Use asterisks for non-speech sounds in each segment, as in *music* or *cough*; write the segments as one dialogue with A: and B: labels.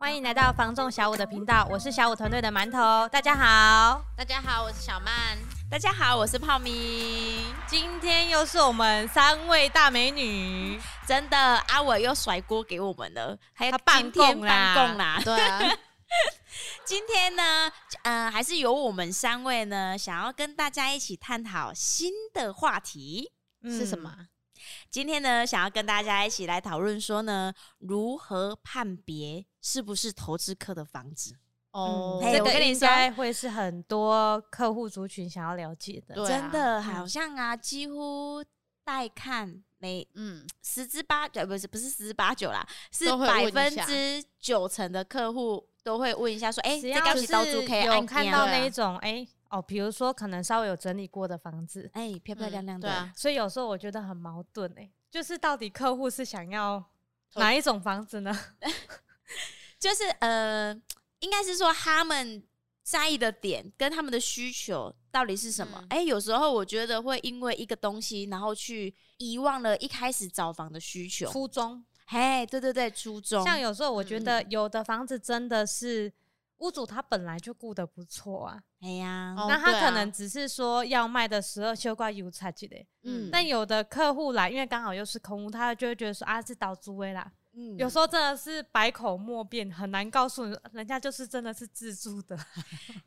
A: 欢迎来到房仲小五的频道，我是小五团队的馒头，哦大家好。
B: 大家好，我是小曼。大家好，我是泡咪。
A: 今天又是我们三位大美女，
B: 真的，阿伟又甩锅给我们了，还有
A: 他办
B: 今天
A: 公啦
B: 办公啦。
C: 对啊，
B: 今天呢，嗯，还是由我们三位呢，想要跟大家一起探讨新的话题。
C: 是什么？啊？
B: 今天呢，想要跟大家一起来讨论说呢，如何判别是不是投资客的房子？
C: 哦，
B: 嗯嘿
A: 这
B: 我
A: 个
B: 跟你
A: 应该会是很多客户族群想要了解的。
C: 对啊
B: 真的好像啊，几乎带看每
C: 嗯，
B: 十之八九，呃不是不是十之八九啦，是
C: 都会问
B: 百
C: 一下
B: 分之九成的客户都会问一下说，哎、
A: 只
B: 这
A: 要
B: 个
A: 是
B: 是到处可以
A: 有
B: 按
A: 看
B: 键
A: 到
B: 啊
A: 那一种，哎、哦，比如说可能稍微有整理过的房子，
B: 哎、漂漂亮亮
C: 嗯
B: 的，
C: 对啊，
A: 所以有时候我觉得很矛盾、哎，就是到底客户是想要
C: 投
A: 哪一种房子呢？
B: 就是呃，应该是说他们在意的点跟他们的需求到底是什么
C: 嗯？
B: 哎、有时候我觉得会因为一个东西，然后去遗忘了一开始找房的需求。
A: 初衷。
B: 嘿，对对对，初衷，
A: 像有时候我觉
B: 嗯
A: 得有的房子真的是屋主他本来就顾得不错啊，
B: 哎呀，
C: 哦
A: 那他
C: 对啊
A: 可能只是说要卖的时候修挂油差之类。
C: 嗯
A: 但有的客户来，因为刚好又是空屋，他就会觉得说啊是倒租位啦。
B: 嗯
A: 有时候真的是百口莫辩，很难告诉人，人家就是真的是自住的。 *laughs*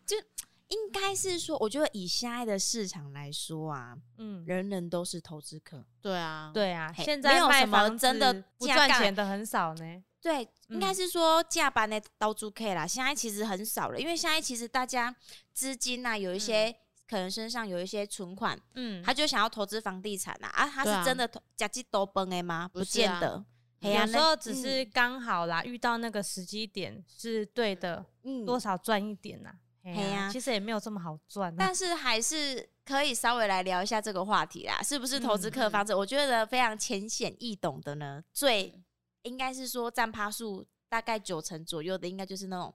B: 应该是说，我觉得以现在的市场来说啊，
A: 嗯，
B: 人人都是投资客。
C: 对啊，
A: 对啊，
B: 嘿
A: 现
B: 没
A: 在
B: 有
A: 卖
B: 什么
A: 房
B: 真的
A: 子不
B: 价
A: 赚
B: 杠
A: 钱的很少呢。
B: 对，应该
A: 嗯
B: 是说价班的到租 K 啦，现在其实很少了，因为现在其实大家资金呐、啊有一些、可能身上有一些存款，
A: 嗯，
B: 他就想要投资房地产呐、啊，他
C: 对啊
B: 是真的投假期都崩哎吗？
C: 不
B: 不
C: 是
B: 见
C: 啊
B: 得，嘿啊
A: 有时候只
B: 嗯
A: 是刚好啦，遇到那个时机点是对的，
B: 嗯
A: 多少赚一点呐。嘿
B: 嘿
A: 呀，
B: 啊
A: 其实也没有这么好赚啊。
B: 但是还是可以稍微来聊一下这个话题啦，是不是投
A: 嗯
B: 资客房子？我觉得非常浅显易懂的呢，最
A: 嗯
B: 应该是说占趴数大概九成左右的，应该就是那种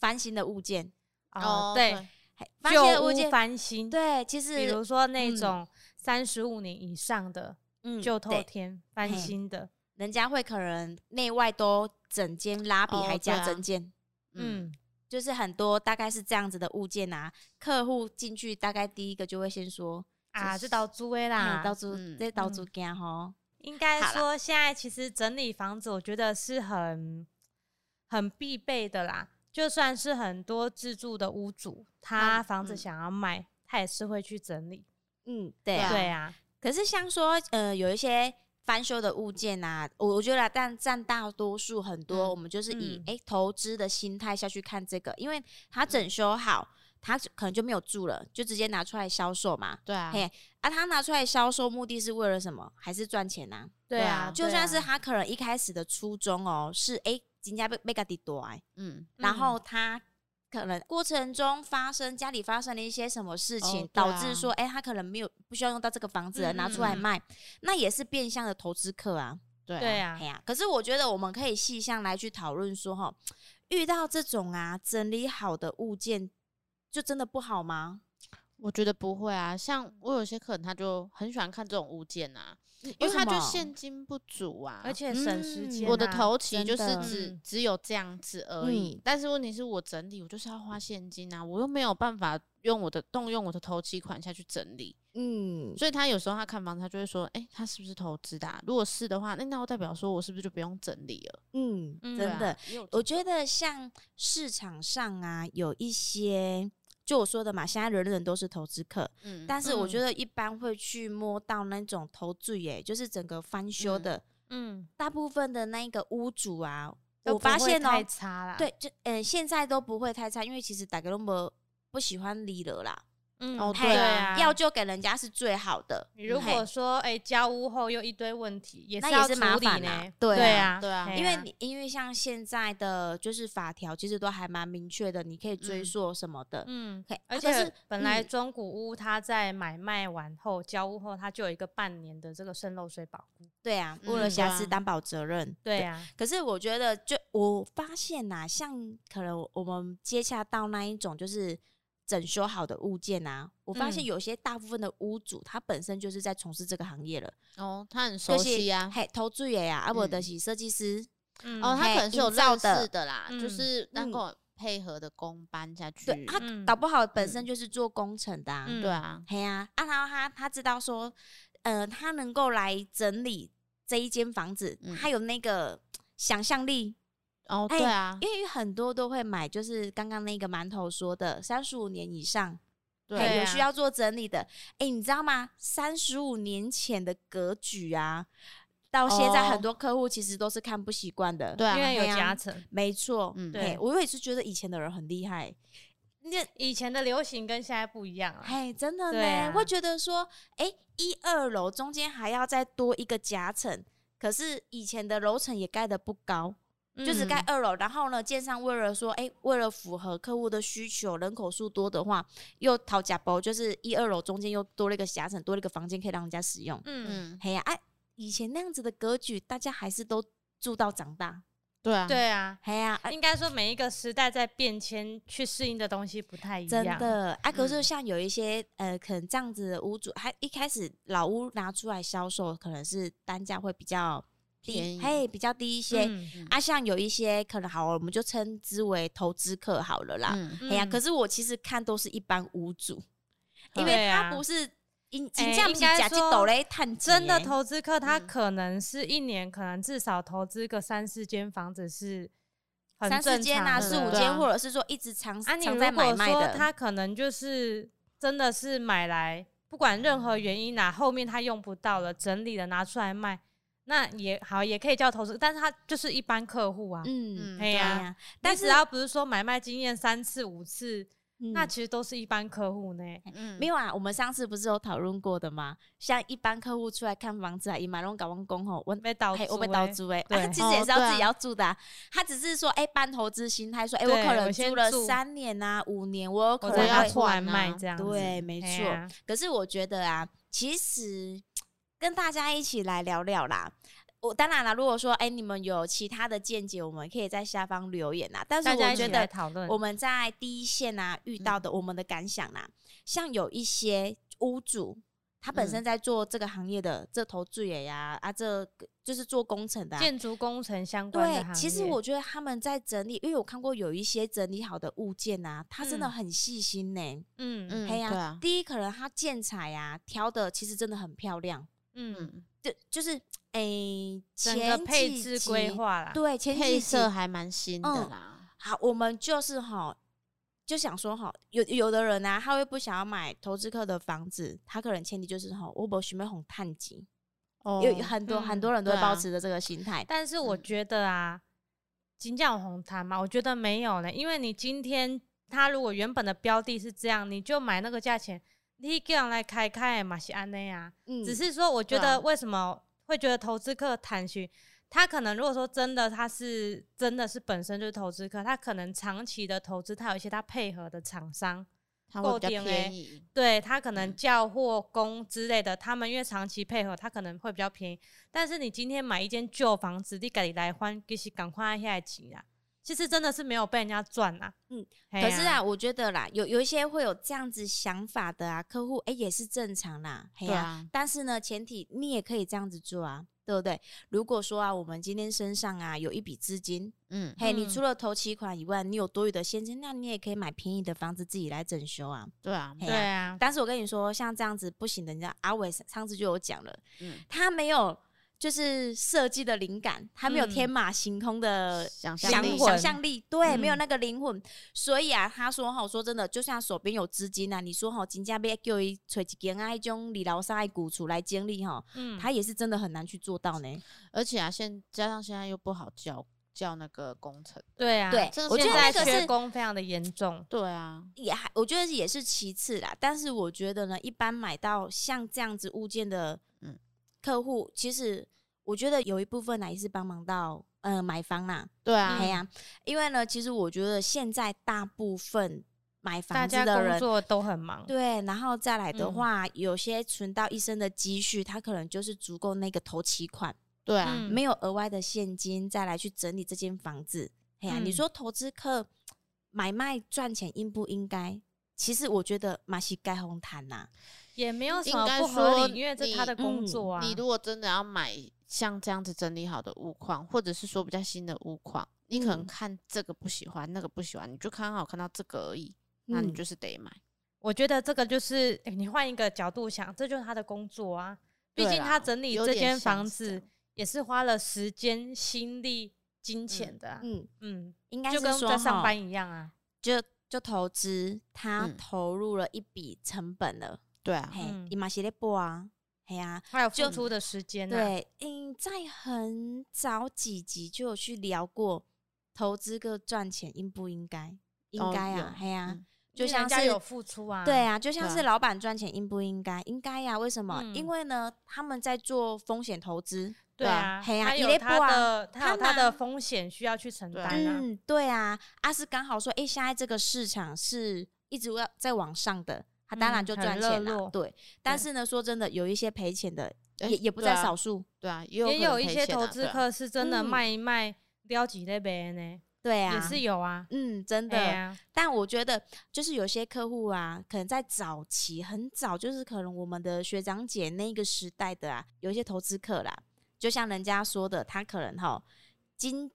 B: 翻新的物件，
A: 哦，对，，
B: 嘿翻新的
A: 旧
B: 物件
A: 屋，翻新，
B: 对，其
A: 比
B: 实
A: 如说那
B: 嗯
A: 种三十五年以上的
B: 嗯
A: 旧透
B: 对
A: 天翻
B: 嘿
A: 新的，
B: 人家会可能内外都整间拉比，
C: 哦
B: 还
C: 对
B: 加
C: 啊
B: 整间，
C: 嗯，
A: 嗯，
B: 就是很多大概是这样子的物件啊。客户进去大概第一个就会先说
A: 啊，这
B: 这
A: 倒租的：“啦
B: 嘿，到处
C: 嗯
B: 这到处干吼。
A: 应该
B: 好啦
A: 说现在其实整理房子，我觉得是很很必备的啦。就算是很多自住的屋主，他
B: 嗯
A: 房子
B: 嗯
A: 想要卖，他也是会去整理。”
B: 嗯，对
C: 对
B: 啊。
A: 对啊，
B: 可是像说呃，有一些翻修的物件啊，我我觉得啊但占大多数很多，
C: 嗯
B: 我们就是以
A: 嗯
B: 哎、诶投资的心态下去看这个，因为它整修好，它可能就没有住了，就直接拿出来销售嘛。
C: 对啊，
B: 嘿啊，他拿出来销售目的是为了什么？还是赚钱呐、
A: 对啊
C: 啊，
B: 就算是他可能一开始的初衷哦，是诶，人家被被个底多哎，
C: 嗯，
B: 然后他可能过程中发生家里发生了一些什么事情，
C: 哦对
B: 导
C: 啊
B: 致说诶，他可能没有不需要用到这个房子了，
A: 嗯
B: 拿出来
C: 嗯嗯
B: 卖，那也是变相的投资客啊。
C: 对啊
A: 对
B: 哎
A: 啊，
B: 呀、可是我觉得我们可以细项来去讨论说哈，遇到这种啊整理好的物件，就真的不好吗？
C: 我觉得不会啊，像我有些客人他就很喜欢看这种物件啊，因为
B: 什
C: 他就
B: 么
C: 现金不足啊，
A: 而且省时
B: 嗯
A: 间啊。
C: 我的头期
B: 真
C: 就是
B: 的
C: 只
A: 嗯
C: 只有这样子而已，
B: 嗯
C: 但是问题是我整理，我就是要花现金啊，我又没有办法用我的动用我的头期款下去整理，
B: 嗯，
C: 所以他有时候他看房子，他就会说，哎、他是不是投资的、啊？如果是的话，那那我代表说我是不是就不用整理了？
B: 嗯，
A: 嗯对
B: 真
C: 对啊
B: 的，，
C: 也有
B: 我觉得像市场上啊，有一些就我说的嘛，现在人人都是投资客，
C: 嗯
B: 但是我觉
A: 嗯
B: 得一般会去摸到那种投注耶，就是整个翻修
C: 嗯
B: 的，
A: 嗯，
B: 大部分的那一个屋主啊，
A: 都
B: 我
A: 不
B: 发
A: 会
B: 现
A: 太
B: 哦，
A: 差啦。，
B: 对，就嗯、呃现在都不会太差，因为其实大家都没不喜欢离了啦，
A: 嗯，
C: 哦
A: 对
C: 对
A: 啊，
B: 要就给人家是最好的。
A: 你如
B: 嘿
A: 果说哎、交屋后又一堆问题，也
B: 那
A: 是
B: 也
A: 要
B: 是
A: 处
B: 麻
A: 理
B: 烦啊
A: 呢。
B: 对
A: 对
B: 啊
C: 对啊
A: 嘿
B: 因为你因为像现在的就是法条，其实都还蛮明确的，你可以追
C: 嗯
B: 溯什么的。
A: 嗯，
B: 嘿
A: 而
B: 啊可
A: 且
B: 是
A: 本来
B: 嗯
A: 中古屋它在买卖完后、交屋后，它就有一个半年的这个渗漏水保护。
B: 对啊，为了
C: 嗯
B: 瑕
C: 对啊
B: 疵担保责任。
A: 对啊，
B: 可是我觉得就，我发现呐、像可能我们接洽到那一种就是整修好的物件啊，我发现
A: 嗯
B: 有些大部分的屋主他本身就是在从事这个行业了，
C: 哦，他很
B: 就
C: 熟
B: 是
C: 悉呀、啊，
B: 嘿，投注也呀，啊，不
C: 嗯
B: 的是设计师，
A: 嗯
C: 哦，他
B: 嘿
C: 可能是有
B: 营造
C: 认
B: 的
C: 识的啦，就
A: 嗯
C: 是能
B: 嗯
C: 够配合的工搬下去。
B: 对，他啊
A: 嗯
B: 搞不好本身就是做工程的、啊，
A: 嗯
C: 对啊，
B: 嘿呀、啊，然后他他知道说，呃，他能够来整理这一间房子，
C: 嗯
B: 他有那个想象力，
C: 哦，
B: 哎
C: 对啊，
B: 因为很多都会买，就是刚刚那个馒头说的，三十五年以上，
A: 对
B: 嘿
C: 对
B: 有
A: 啊
B: 需要做整理的。哎、你知道吗？三十五年前的格局啊，到现在
C: 哦
B: 很多客户其实都是看不习惯的。
C: 对啊，
A: 因为有
B: 嘿啊
A: 夹层。
B: 没错，
C: 嗯
B: 对
A: 对，
B: 我也是觉得以前的人很厉害。那
A: 以前的流行跟现在不一样啊。
B: 哎，真的
A: 对
B: 呢，
A: 啊
B: 会觉得说，哎、一二楼中间还要再多一个夹层，可是以前的楼层也盖的不高，就只盖
A: 嗯
B: 二楼。然后呢，建商为了说，哎、为了符合客户的需求，人口数多的话，又讨价包，就是一二楼中间又多了一个夹层，多了一个房间可以让人家使用。
A: 嗯，
C: 嗯，
B: 嘿呀、哎、以前那样子的格局，大家还是都住到长大。
C: 对啊，
A: 对啊，
B: 嘿呀、啊，
A: 应该说每一个时代在变迁，去适应的东西不太一
B: 真
A: 样。，
B: 的，啊，可是
C: 嗯
B: 像有一些、呃，可能这样子的屋主，还一开始老屋拿出来销售，可能是单价会比较
C: 便
B: 低，
C: 宜
B: 嘿，比较低一些。
A: 嗯
B: 啊，像有一些可能好，我们就称之为投资客好了啦。
C: 嗯，
B: 哎呀、
A: 嗯
B: 可是我其实看都是一般屋主，因
A: 对
B: 为他
A: 啊
B: 不是因
A: 哎
B: 金价
A: 应
B: 比
A: 该
B: 假鸡
A: 说
B: 斗嘞，探
A: 真的
B: 钱
A: 投资客，他
C: 嗯
A: 可能是一年可能至少投资个三四间房子是很
B: 三四
A: 正
B: 间啊，
A: 常
B: 四
A: 的
B: 五
C: 对
B: 间，
C: 啊
B: 或者是说一直藏
A: 啊，你
B: 藏
A: 如
B: 在买
A: 果
B: 卖
A: 说
B: 的，
A: 他可能就是真的是买来，不管任何原因啦、啊后面他用不到了，整理了拿出来卖，那也好，也可以叫投资，但是他就是一般客户啊。
B: 嗯，
A: 哎
B: 对
A: 呀
B: 呀、
A: 但
B: 但
A: 只
B: 是
A: 要不是说买卖经验三次五次，那
B: 嗯
A: 其实都是一般客户呢。
C: 嗯
B: 没有啊，我们上次不是有讨论过的吗？像一般客户出来看房子啊，伊嘛拢搞完工吼，我
A: 被倒
B: 嘿，
A: 租
B: 我被
A: 欸
B: 倒租哎，啊
A: 对
B: 他其实也
C: 哦
B: 是要
C: 对
B: 自己
C: 啊
B: 要住的啊，他只是说哎，半投资心态，说哎，我
A: 对
B: 可能
A: 我先
B: 租了
A: 住
B: 三年啊、五年，我有可
A: 我
B: 能
A: 再
C: 要
A: 拿
B: 会
A: 出来
C: 换啊
A: 卖这样子。
B: 对，没
A: 哎
B: 错
A: 呀。
B: 可是我觉得啊，其实跟大家一起来聊聊啦。我当然啦，如果说哎、你们有其他的见解，我们可以在下方留言啦。但是
A: 大家
B: 我
A: 一起
B: 觉
A: 来
B: 得
A: 讨论。
B: 我们在第一线啊遇到
A: 嗯
B: 的我们的感想啦、像有一些屋主，他本
A: 嗯
B: 身在做这个行业的，这投资也呀啊，这个就是做工程的、啊。
A: 建筑工程相关的
B: 对
A: 行，业，
B: 其实我觉得他们在整理，因为我看过有一些整理好的物件啊，他真的
A: 嗯
B: 很细心呢、
A: 嗯
C: 嗯，
B: 嘿呀、
C: 对啊，
B: 第一可能它建材啊挑的其实真的很漂亮，
A: 嗯，
C: 嗯，
B: 就就是诶、
A: 整
B: 前
A: 个配
B: 几
A: 置
B: 集
A: 规划啦，
B: 对前
C: 配
B: 几集
C: 色还蛮新的
B: 嗯
C: 啦，
B: 好，我们就是哈，就想说哈，有有的人啊，他会不想要买投资客的房子，他可能前提就是哈，我不许没红探级，
C: 哦
B: 有有很多、很
A: 嗯
B: 多人都会
C: 对
B: 保
C: 啊
B: 持着这个心态，
A: 但是我
C: 嗯
A: 觉得啊，金价有红毯嘛，我觉得没有呢，因为你今天它如果原本的标的是这样，你就买那个价钱，你一个人来开开马西安内啊。
B: 嗯
A: 只是说，我觉
C: 对啊
A: 得为什么会觉得投资客坦寻，他可能如果说真的他是真的是本身就是投资客，他可能长期的投资，他有一些他配合的厂商，
C: 它会
A: 够
C: 比较
A: 点欸
C: 便宜，
A: 对他可能
C: 嗯
A: 叫货工之类的，他们因为长期配合，他可能会比较便宜。但是你今天买一间旧房子，你赶紧来换，其实赶快下来急啊！其实真的是没有被人家赚啊。
B: 嗯
A: 嘿啊，
B: 可是啊，我觉得啦，有有一些会有这样子想法的啊，客户哎、诶也是正常啦，嘿
C: 对
B: 呀、
C: 啊，
B: 但是呢，前提你也可以这样子做啊，对不对？如果说啊，我们今天身上啊有一笔资金，
C: 嗯，
B: 嘿，你
A: 嗯
B: 除了投期款以外，你有多余的现金，那你也可以买便宜的房子自己来整修啊。
C: 对啊，
B: 嘿
A: 对啊，
B: 但是我跟你说，像这样子不行的，你知道阿伟上上次就有讲了，
C: 嗯，
B: 他没有就是设计的灵感，他没有
A: 嗯
B: 天马行空的
C: 想
B: 想
C: 象力
A: 魂
B: 想象力，对，没有
A: 嗯
B: 那个灵魂。所以啊，他说哈，说真的，就算手边有资金啊，你说哈，金价被叫伊找一间啊，迄种二楼三的古厝来经历哈，
A: 嗯，
B: 他也是真的很难去做到呢。
C: 而且啊，现加上现在又不好叫叫那个工程，
A: 对啊，
B: 对
C: 这个
B: 我觉
A: 现
B: 得
A: 在
B: 那个
A: 缺
B: 是
A: 工非常的严重。
C: 对啊，
B: 也还，我觉得也是其次啦。但是我觉得呢，一般买到像这样子物件的
C: 嗯
B: 客户，其实我觉得有一部分呢也是帮忙到呃买方啦，
C: 对
A: 嗯
C: 啊，
B: 哎呀、因为呢，其实我觉得现在大部分买
A: 大
B: 房子
A: 家
B: 的
A: 工
B: 人。
A: 作都很忙，
B: 对，然后再来的
A: 嗯
B: 话，有些存到一身的积蓄，他可能就是足够那个头期款，
C: 对啊，
A: 嗯
B: 没有额外的现金，再来去整理这间房子。哎呀、你
A: 嗯
B: 说投资客买卖赚钱应不应该？其实我觉得马西该红谈呐，
A: 也没有什么
C: 应该
A: 不合
C: 说
A: 理，因为这是他
C: 你
A: 的工作啊。
C: 你如果真的要买像这样子整理好的屋况，或者是说比较新的屋况，你可
A: 嗯
C: 能看这个不喜欢，那个不喜欢，你就刚好看到这个而已，那你
B: 嗯
C: 就是得买。
A: 我觉得这个就是、诶你换一个角度想，这就是他的工作啊。毕
C: 对
A: 竟他
C: 啦
A: 整理
C: 有
A: 这
C: 点
A: 间
C: 像
A: 房
C: 是这
A: 子
C: 样
A: 也是花了时间、心力、金钱的、啊。
B: 嗯，
A: 嗯，
B: 应该
A: 就是跟
B: 说
A: 在上
B: 吼
A: 班一样啊。
B: 就就投资，他
C: 嗯
B: 投入了一笔成本了，
C: 对啊，
B: 嘿
A: 嗯，
B: 伊嘛是咧播啊，嘿呀、
A: 还有付
B: 就
A: 出的时间啊呢、
B: 对，嗯，在很早几集就有去聊过投资跟赚钱应不应该，应
C: 哦
B: 该
C: 有
B: 啊，嘿呀、
C: 嗯
A: 因为
B: 就像
A: 人家
B: 是
A: 有付出啊。
B: 对，啊，就像
C: 对啊
B: 是老板赚钱应不应该？应该呀、为什么？
A: 嗯
B: 因为呢，他们在做风险投资。
A: 对啊，
B: 嘿啊
A: 他
B: 伊
A: 有
B: 咧
A: 他
B: 播啊
A: 的，他有
B: 看
A: 他的
B: 啊
A: 风险需要去承
C: 对啊
A: 担啊。
B: 嗯，对啊，啊是刚好说，哎、现在这个市场是一直要在往上的，他当然
A: 嗯
B: 就
A: 很
B: 赚
A: 热
B: 钱了、
A: 络
B: 对，但
C: 对
B: 是呢，说真的，有一些赔钱的，
C: 诶
B: 也也不
C: 对
B: 在
C: 啊
B: 少数。
C: 对啊，也有
A: 也
C: 可能
A: 有一
C: 赔
A: 些
C: 钱
A: 投
C: 啊
A: 资
C: 对啊
A: 客是真的
B: 嗯
A: 卖一卖标几类呗呢，
B: 对啊，
A: 也是有啊。
B: 嗯，真的。
A: 对啊，
B: 但我觉得，就是有些客户啊，可能在早期很早，就是可能我们的学长姐那个时代的啊，有一些投资客啦，就像人家说的，他可能哈金，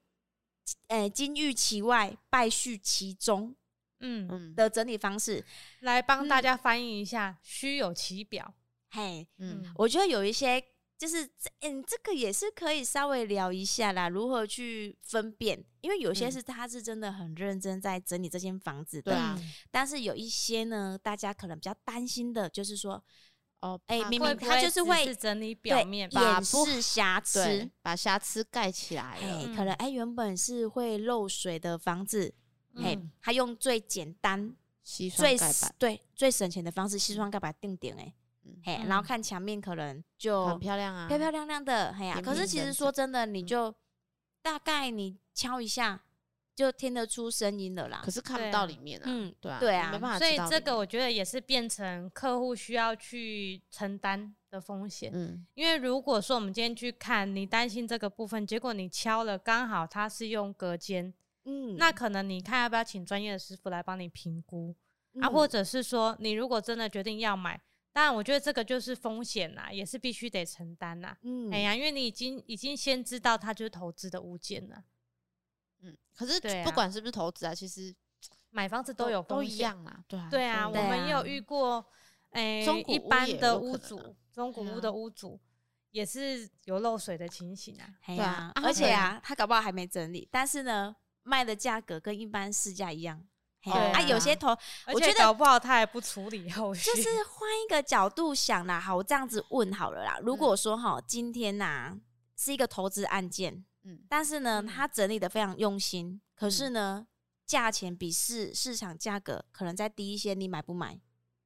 B: 呃金玉其外，败絮其中
A: 嗯，
C: 嗯
B: 的整理方式。
A: 来
B: 嗯
A: 帮大家翻译一下，虚有其表。
B: 嘿，
C: 嗯，
B: 我觉得有一些就是这，嗯，这个也是可以稍微聊一下啦，如何去分辨，因为有些
C: 嗯
B: 是他是真的很认真在整理这间房子
C: 对
B: 的，
C: 啊
A: 嗯
B: 但是有一些呢，大家可能比较担心的，就是说。
C: 哦，
B: 哎
C: 怕
B: 明
A: 会
B: 明
A: 不
B: 他就是
A: 只
B: 会
A: 是整理
B: 对
A: 表面吧？
C: 把
B: 掩
C: 不
B: 饰瑕疵
C: 对。把瑕疵盖起来
B: 哎
C: 了，，
B: 可能
A: 嗯
B: 哎原本是会漏水的房子，哎
A: 嗯，
B: 他用最简单、
C: 吸酸
B: 最
C: 盖
B: 省
C: 板
B: 对最省钱的方式，西装盖把它定点哎
C: 嗯，
B: 嘿，
A: 嗯
B: 然后看墙面可能
C: 很
A: 哦
B: 就
C: 漂亮啊，
B: 漂漂亮亮的，哎呀，
C: 平
B: 可是
C: 平
B: 其
C: 整
B: 实
C: 整
B: 说真的，你
C: 嗯
B: 就大概你敲一下就听得出声音了啦
C: 可。是看
A: 对
C: 不到
A: 啊
C: 里面啊，
B: 嗯，
C: 对啊，
B: 对
C: 你
B: 啊
C: 没办法
A: 所
C: 知
A: 以
C: 道
A: 这
C: 里
A: 个
C: 面，
A: 我觉得也是变成客户需要去承担的风险，
C: 嗯，
A: 因为如果说我们今天去看，你担心这个部分，结果你敲了，刚好它是用隔间，
B: 嗯，
A: 那可能你看要不要请专业的师傅来帮你评估啊，或
B: 嗯
A: 者是说你如果真的决定要买，当然我觉得这个就是风险啦，也是必须得承担啦。
B: 嗯，
A: 哎呀，因为你已经已经先知道它就是投资的物件了，
C: 嗯，可是
A: 对啊
C: 不管是不是投资啊，其实
A: 买房子都有
C: 都
A: 风
C: 一
A: 险。
C: 样啦，对啊，
A: 对啊，我
C: 都一样
A: 们也有
B: 对啊
A: 遇过，哎、
C: 中古
A: 一
C: 屋
A: 般
C: 也
A: 的
C: 有可
A: 屋
C: 能啊
A: 主，中古
C: 对
B: 嗯
A: 屋
C: 啊
A: 的屋主也是有漏水的情形啊。
B: 哎
C: 对啊
B: 呀
C: 啊，
B: 而
C: 他
B: 且
C: 可
B: 啊，他搞不好还没整理，但是呢，卖的价格跟一般市价一样。嘿
A: 对
B: 啊，啊有
A: 啊 *laughs*
B: 些投
A: 而
B: 我
A: 且
B: 觉得
A: 搞不好他也不处理后续，
B: 就是换一个角度想啦。好，我这样子问好了啦。如
A: 嗯
B: 果说哈，今天呐、是一个投资案件，
C: 嗯，
B: 但是呢，
A: 嗯
B: 他整理的非常用心，可是呢，价钱比市市场价格可能再低一些，你买不买？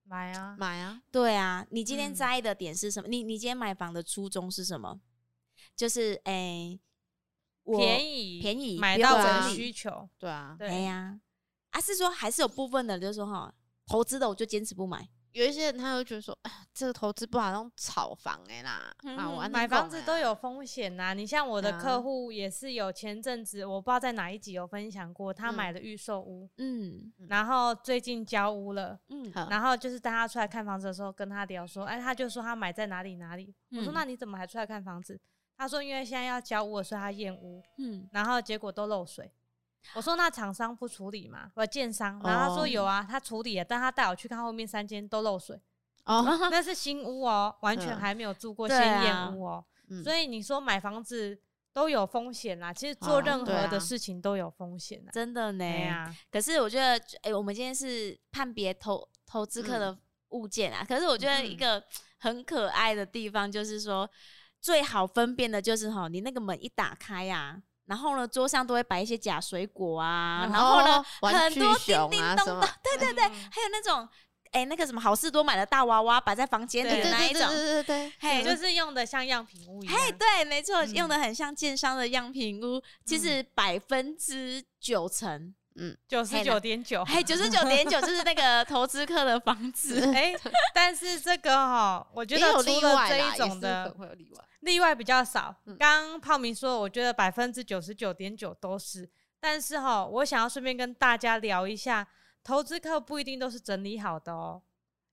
A: 买啊，
C: 买啊，
B: 对啊，你今
A: 嗯
B: 天在意的点是什么？你你今天买房的初衷是什么？就是诶、我
A: 便宜
B: 便宜
A: 买
B: 不要
A: 到我
C: 整
A: 的
C: 理
A: 需求。
C: 对啊，
A: 对，
B: 哎呀，啊是说还是有部分的，就是说哈，投资的我就坚持不买。
C: 有一些人他会觉得说，哎，这个投资不好，那种炒房哎啦，啊，我
A: 嗯买房子都有，风险呐、你像
B: 嗯
A: 我的
C: 对
A: 客
C: 啊
A: 户也是有前阵子，我不知道在哪一集有分享过，他
C: 嗯
A: 买的预售屋，
B: 嗯
C: 嗯
A: 然后最近交屋了，
B: 嗯
C: 好
A: 然后就是带他出来看房子的时候，跟他聊说，哎，他就说他买在哪里哪里。我说
B: 嗯
A: 那你怎么还出来看房子？他说因为现在要交屋了，所以他验屋，
B: 嗯，
A: 然后结果都漏水。我说那厂商不处理嘛，不建商，然后他说
C: 哦
A: 有啊，他处理了，但他带我去看后面三间都漏水，
C: 哦，
A: *laughs* 那是新屋哦，完全
C: 嗯
A: 还没有住过，
B: 对
A: 先
B: 啊
A: 验屋哦。
C: 嗯
A: 所以你说买房子都有风险啦，其实做
C: 哦
A: 任
C: 对
A: 何
C: 啊
A: 的事情都有风险啦。
B: 真的呢。
A: 对哎呀，
B: 可是我觉得，哎、我们今天是判别投投资客的物件啊。可是我觉得一
A: 嗯
B: 个很可爱的地方就是说，最好分辨的就是哈，你那个门一打开呀、啊。然后呢，桌上都会摆一些假水果啊，然后呢
C: 哦，玩
B: 很
C: 具
B: 多叮
C: 熊
B: 叮
C: 啊
B: 咚
C: 什
B: 咚
C: 么，
B: 对对对，
A: 嗯
B: 还有那种，哎，那个什么好事多买的大娃娃摆在房间
A: 对
B: 里
C: 对
B: 的
C: 对
B: 那
C: 对
B: 一
C: 对
B: 种，
C: 对对对，
B: 嘿，
A: 就是用的像样品屋一样。
B: 对，没错，
A: 嗯
B: 用的很像建商的样品屋，其实百分之九成，
A: 九十
B: 嘿
A: 九
B: 啦
A: 点九，
B: 哎，九十九点九就是那个投资客的房子。
A: 哎、但是这个哈，我觉
C: 也
A: 得
C: 有
A: 除
C: 例
A: 了
C: 外
A: 这
C: 啦，
A: 一
C: 也
A: 种
C: 是可
A: 的
C: 会有例外，
A: 例外比较少。
C: 嗯
A: 刚刚泡明说，我觉得百分之九十九点九都是，但是哈，我想要顺便跟大家聊一下，投资客不一定都是整理好的哦。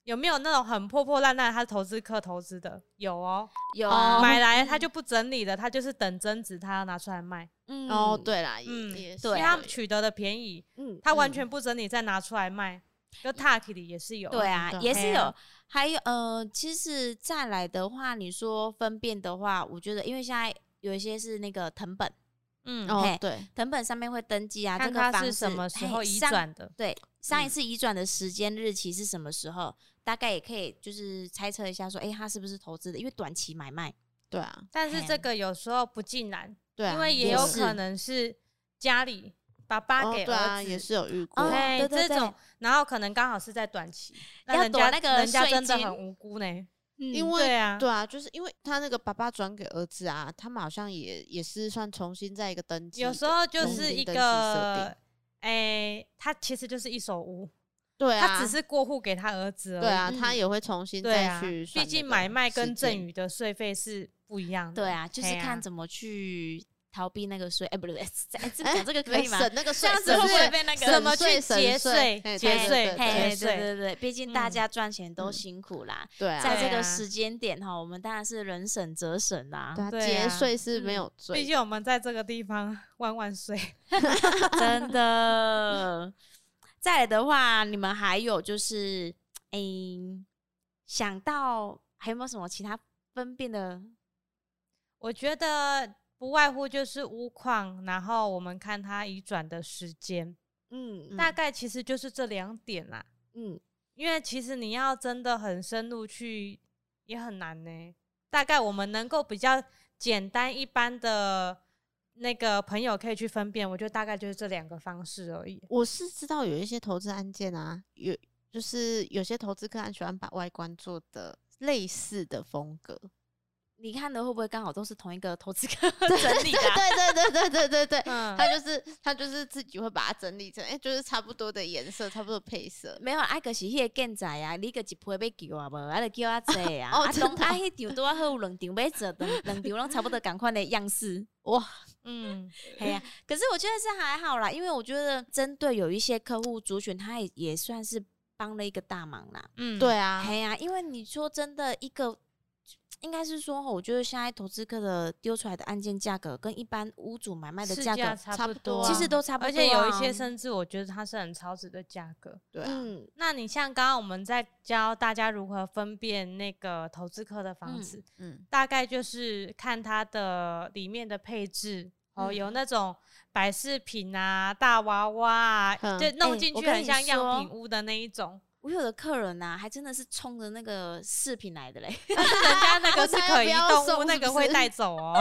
A: 有没有那种很破破烂烂，他投资客投资的有哦，
B: 有啊
C: 哦
A: 买来他就不整理的，他就是等增值，他要拿出来卖，
B: 嗯
C: 哦，，对啦，也
A: 嗯
C: 也
A: 因
B: 对
A: 为
C: 是
A: 他
C: 有
A: 取得的便宜，
B: 嗯
A: 他完
B: 嗯
A: 全不整理再拿出来卖，就 t a k 里也是有，
B: 对啊
C: 的，
B: 也
A: 嘿
B: 是
A: 啊
B: 有，还有呃，其实再来的话，你说分辨的话，我觉得因为现在有一些是那个藤本，
A: 嗯，
C: 哦
B: 嘿，
C: 对，
B: 藤本上面会登记啊，这
A: 看
B: 个
A: 他
B: 房
A: 是
B: 子
A: 什么时
B: 嘿
A: 候移
B: 上
A: 转的，
B: 对，上一
C: 嗯
B: 次移转的时间日期是什么时候？大概也可以就是猜测一下说，哎、他是不是投资的？因为短期买卖，
C: 对啊，
A: 但是这
B: 嘿
A: 个有时候不尽然，
C: 对啊，
A: 因为也
B: 也
A: 有
B: 是
A: 可能是家里爸爸
C: 哦
A: 给
C: 对啊，
A: 儿
C: 也
A: 子。
C: 是有遇过
B: 哦
C: 啊，
A: 对
B: 对对
A: 这种，然后可能刚好是在短期，那
B: 要
A: 人
B: 躲
A: 家
B: 那个
A: 人家
B: 税
A: 真的
B: 金
A: 很无辜呢，
C: 因
B: 为
C: 为
A: 对啊，
C: 对啊，就是因为他那个爸爸转给儿子啊，他们好像也也是算重新在一个登记的，
A: 有时候就
C: 重
A: 是
C: 新
A: 一
C: 登记设
A: 个
C: 定，
A: 哎，他其实就是一手屋，
C: 对啊，
A: 他只是过户给他儿子而已。
C: 对啊，
B: 嗯
C: 他也会重新
A: 对
C: 再
A: 啊，
C: 去
A: 毕
C: 算那个时间，
A: 竟买卖跟赠与的税费是不一样的。
B: 对啊，就是
A: 嘿
B: 看怎么去逃避那个税。哎、不对， *laughs* 哎，这
C: 哎
B: 讲这个可以吗？
A: *laughs*
C: 省那个
B: 这
C: 税，
B: 样子会
C: 省
B: 不
C: 税
B: 会被那个？
A: 怎么
C: 省
A: 去
C: 税省
A: 节
C: 税
A: 税
C: 嘿？
A: 节
B: 对
A: 税，
B: 哎嘿，
A: 节
B: 对对
A: 税，
B: 对对，毕竟大
A: 嗯
B: 家赚钱都
C: 嗯
B: 辛苦啦，
C: 对啊，
B: 在这
A: 对啊
B: 个时间点哈，我们当然是人省则省啦。
C: 对啊，
A: 对
C: 节
A: 啊
C: 税是
B: 嗯
C: 没有
A: 毕
C: 罪，
A: 竟我们在这个地方万万岁。
B: 真的。再来的话，你们还有就是，嗯、想到还有没有什么其他分辨的？
A: 我觉得不外乎就是屋况，然后我们看它移转的时间，
B: 嗯
A: 大概其实就是这两点啦。
B: 嗯，
A: 因为其实你要真的很深入去，也很难呢、大概我们能够比较简单一般的那个朋友可以去分辨，我觉得大概就是这两个方式而
B: *laughs*
A: 已。
C: 我是知道有一些投资案件啊，有就是有些投资个案喜欢把外观做的类似的风格， *laughs*
B: 你看的会不会刚好都是同一个投资客整理的啊、
C: 对对对对对对对，
A: 嗯，
C: 他就是他就是自己会把它整理成，哎、就是差不多的颜色，差不多的配色。
B: *laughs* 没有，啊，可是迄个建材啊，你个一批被叫啊无，啊就叫啊济啊，
C: 哦
B: 啊
C: 真的
B: 当啊迄场拄啊好有两场要做，两两场拢差不多共款的样式。
A: 嗯，
B: 哎呀、可是我觉得是还好啦，因为我觉得针对有一些客户族群，他也也算是帮了一个大忙啦。
A: 嗯，
C: 对啊，
B: 哎呀、因为你说真的，一个应该是说，我觉得现在投资客的丢出来的案件价格跟一般屋主买卖的
A: 市
B: 价格
A: 差
C: 差
A: 不
C: 不多啊
B: 其实都差不多、
A: 而
B: 啊，
A: 且有一些甚至我觉得它是很超值的价格。
C: 对啊，
B: 嗯
A: 那你像刚刚我们在教大家如何分辨那个投资客的房
B: 嗯
A: 子，
C: 嗯，
A: 大概就是看它的里面的配置。哦，
B: 嗯
A: 有那种摆饰品啊、大娃娃啊，
C: 嗯
A: 就弄
B: 哎
A: 进
B: 我
A: 去
B: 跟
A: 很
B: 你
A: 像样品
B: 说
A: 屋的那一
B: *laughs*
A: 种，
B: 我有的客人呐、还真的是冲着那个饰品来的嘞。 *laughs*
A: 但是人家那
C: 我
A: 个是
C: 才
A: 可
C: 不
A: 移
C: 要
A: 动
C: 送
A: 屋，那
C: 是
A: 个
C: 不
A: 会
C: 是
A: 带走哦。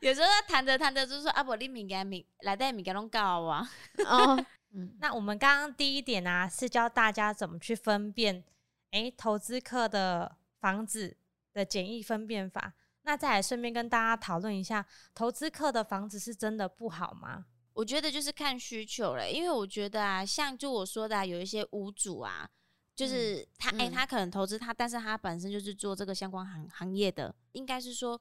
B: 有时候他谈着谈着就说：“啊，不，你敏感敏来带敏感拢搞啊。
C: 哦，嗯，
A: 那我们刚刚第一点啊，是教大家怎么去分辨，诶，投资客的房子的简易分辨法。那再来顺便跟大家讨论一下，投资客的房子是真的不好吗？”
B: 我觉得就是看需求嘞，因为我觉得啊，像就我说的、啊，有一些屋主啊，就是他哎、
C: 嗯
B: 他可能投资他，但是他本身就是做这个相关行行业的，应该是说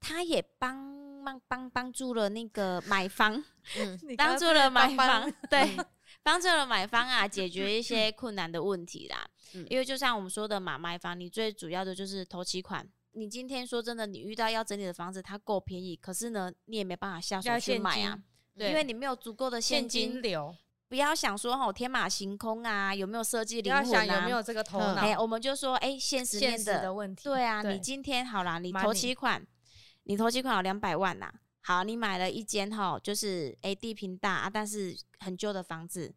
B: 他也帮帮帮帮助了那个买方，
C: 嗯，
B: 帮助了买方，对
C: 嗯，
B: 帮助了买方啊，解决
A: 嗯
B: 一些困难的问题啦。
C: 嗯
B: 因为就像我们说的嘛，买房你最主要的就是头期款。你今天说真的，你遇到要整理的房子，它够便宜，可是呢，你也没办法下手
A: 要
B: 去
A: 现
B: 买
A: 金
B: 啊，
C: 对
B: 因为你没有足够的
A: 现
B: 现
A: 金
B: 金。
A: 流，
B: 不要想说哦，天马行空啊，有没有设计
A: 不
B: 灵
A: 要
B: 魂
A: 想
B: 啊？
A: 有没有这个头
C: 嗯
A: 脑
B: 哎、，我们就说哎、现实
A: 现
B: 面
A: 实
B: 的
A: 的问题。
B: 对啊，
A: 对
B: 你今天好啦，你投
A: Money
B: 期款，你投期款有两百万呐。好，你买了一间哈，就是诶地平大啊，但是很旧的房子。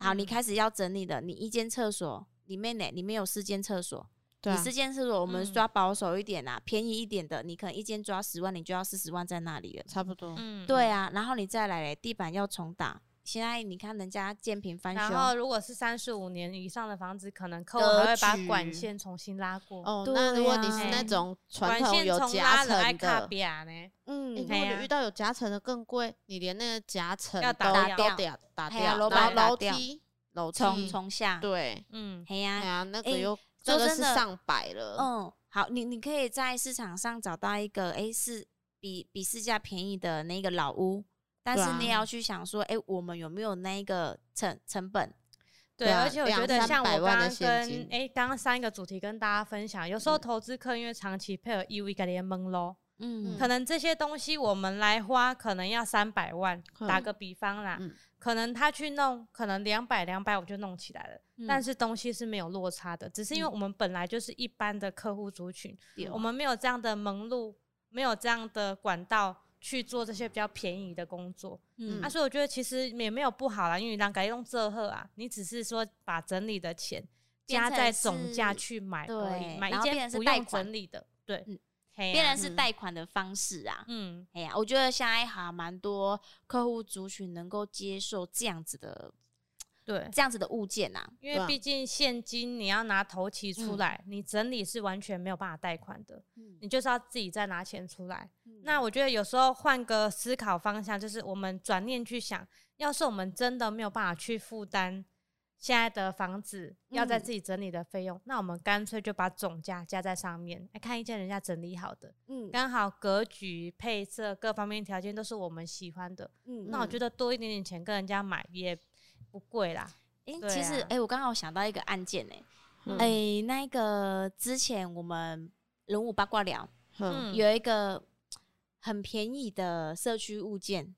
B: 好，你
A: 嗯
B: 开始要整理了，你一间厕所里面呢，里面有四间厕所。
C: 对
B: 你
C: 啊
B: 四，间厕所，我们
A: 嗯
B: 抓保守一点啦，便宜一点的，你可能一间抓十万，你就要四十万在那里了。
C: 差不多，
A: 嗯
B: 对。啊，然后你再来嘞，地板要重打。现在你看人家建平翻
A: 然后，
B: 修，
A: 如果是三十五年以上的房子，可能客户
C: 格
A: 还会把管
C: 局
A: 线重新拉过。
C: 哦，
B: 对
C: 那如果你是
A: 啊
C: 那种传
A: 管
C: 统
A: 线
C: 有
A: 重
C: 夹
A: 拉了爱
C: 层
A: 卡
C: 的，
A: 比亚呢？
B: 嗯
C: 欸如
A: 嘿
C: 果
A: 呀
C: 你遇到有夹层的更贵，你连那个夹层
A: 要
C: 都
A: 打
C: 都
B: 掉
C: 得要打
B: 嘿呀
C: 掉，
B: 楼
C: 然后
B: 板打
C: 楼
B: 掉
C: 梯楼
B: 重
C: 梯，
B: 重下，
C: 对，
A: 嗯，
B: 嘿呀、
C: 哎呀，那个
B: 欸
C: 又
B: 说
C: 这个
B: 真
C: 是
B: 的
C: 上百了，
B: 嗯，好，你你可以在市场上找到一个诶市比比市价便宜的那个老屋，但
C: 对
B: 是
C: 啊
B: 你也要去想说，诶，我们有没有那一个成成本？
A: 对，
C: 对啊
A: 而且我觉
C: 两
A: 得
C: 三
A: 像
C: 百
A: 我
C: 万
A: 刚
C: 的
A: 刚
C: 现
A: 跟
C: 金嗯
A: 哎，刚刚三个主题跟大家分享，有时候投资客因为长期配合义务一个联盟喽，
B: 嗯，
A: 可能这些东西我们来花，可能要三百万，
C: 嗯
A: 打个比方啦，
C: 嗯
A: 可能他去弄，可能两百两百我就弄起来了，
B: 嗯
A: 但是东西是没有落差的，只是因为
B: 嗯
A: 我们本来就是一般的客户族群，
B: 对
A: 我们没有这样的门路，没有这样的管道去做这些比较便宜的工作。
B: 嗯
A: 啊，所以我觉得其实也没有不好啦，因为人家用这赫啊，你只是说把整理的钱
D: 变
A: 加在
D: 成
A: 总价
D: 是
A: 去买而已，
B: 对
A: 买一
B: 然后
A: 间
B: 变成是
A: 不
B: 贷
A: 用
B: 款
A: 整理的，对
B: 嗯，
A: 嘿呀
B: 变然是
C: 嗯
B: 贷款的方式啊。
A: 嗯，
B: 哎呀，我觉得现在还蛮多客户族群能够接受这样子的
A: 对，
B: 这样子的物件呐、
A: 因
C: 对
A: 为
C: 啊
A: 毕竟现金你要拿头期出
B: 嗯
A: 来，你整理是完全没有办法贷款的，你就是要自己再拿钱出来。
B: 嗯
A: 那我觉得有时候换个思考方向，就是我们转念去想，要是我们真的没有办法去负担现在的房子要在
B: 嗯
A: 自己整理的费用，那我们干脆就把总价加在上面，哎，看一件人家整理好的，
B: 嗯
A: 刚好格局、配色各方面条件都是我们喜欢的，
B: 嗯
A: 那我觉得多一点点钱跟人家买也不贵啦。
B: 哎、
A: 对
B: 其实
A: 啊
B: 哎、我刚好想到一个案件哎、
C: 嗯
B: 哎、那个之前我们人物八卦聊、
C: 嗯
A: 嗯，
B: 有一个很便宜的社区物件，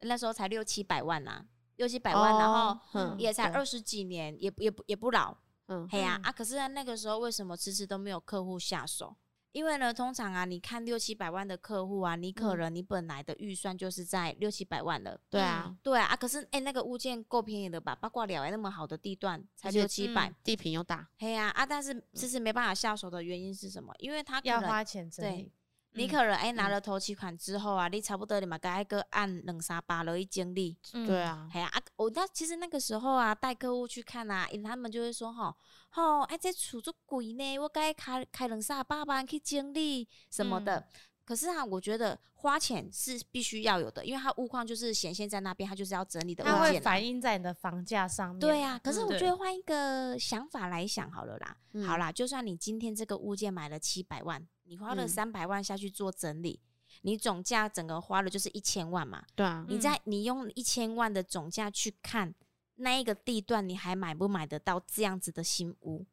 B: 那时候才六七百万呐、啊六七百万，然后
C: 哦嗯
B: 也才
C: 对
B: 二十几年，也不也不也不老，
C: 嗯
B: 嘿呀、
A: 嗯
B: 啊！可是那个时候为什么迟迟都没有客户下手？因为呢，通常啊，你看六七百万的客户啊，你
C: 嗯
B: 可能你本来的预算就是在六七百万了，
C: 对啊，
B: 对啊。啊可是哎、那个物件够便宜的吧？八卦了哎，那么好的地段才
C: 而且嗯
B: 六七百
A: 嗯，
C: 地平又大，
B: 嘿呀啊！但是迟迟没办法下手的原因是什么？因为他可
A: 要
B: 能
A: 花钱整
B: 对
A: 理，
B: 你
A: 嗯
B: 可能哎、拿了头期款之后啊，你差不多你嘛该个按两三百了，一经理。
C: 对
A: 嗯
C: 啊，
B: 哎呀啊，我那其实那个时候啊，带客户去看啊，因他们就会说吼吼，哎、这厝足贵呢，我该开开两三百万去经历什么
A: 嗯
B: 的。可是啊，我觉得花钱是必须要有的，因为它物况就是显现在那边，它就是要整理的
A: 它
B: 物
A: 会
B: 件啊、
A: 反映在你的房价上面。
B: 对啊，可是
A: 嗯
B: 我
A: 对
B: 觉得换一个想法来想好了啦，
C: 嗯
B: 好啦，就算你今天这个物件买了七百万，你花了
C: 嗯
B: 三百万下去做整理，你总价整个花了就是一千万嘛，
C: 对啊，
B: 你
A: 嗯
B: 在你用一千万的总价去看那一个地段，你还买不买得到这样子的新屋？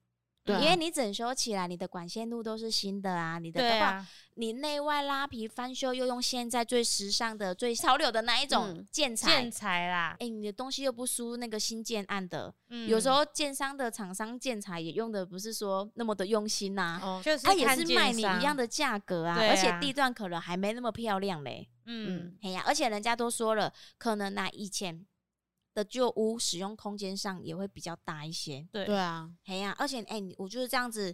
C: 对啊，
B: 因为你整修起来，你的管线路都是新的啊，你的
A: 对
B: 话，
A: 啊，
B: 你内外拉皮翻修，又用现在最时尚的、最潮流的那一种
C: 嗯
B: 建材。
A: 建材啦，
B: 哎、你的东西又不输那个新建案的，
A: 嗯
B: 有时候建商的厂商建材也用的不是说那么的用心啊呐、
C: 哦，
A: 就是
B: 它、也
A: 看
B: 是
A: 建
B: 卖你一样
A: 商，
B: 的价格啊，
A: 对
B: 而且
A: 啊
B: 地段可能还没那么漂亮嘞。
A: 嗯，
B: 哎呀，而且人家都说了，可能拿以前的旧屋使用空间上也会比较大一些。
A: 对
C: 对啊，
B: 哎呀，而且哎、你我觉得这样子，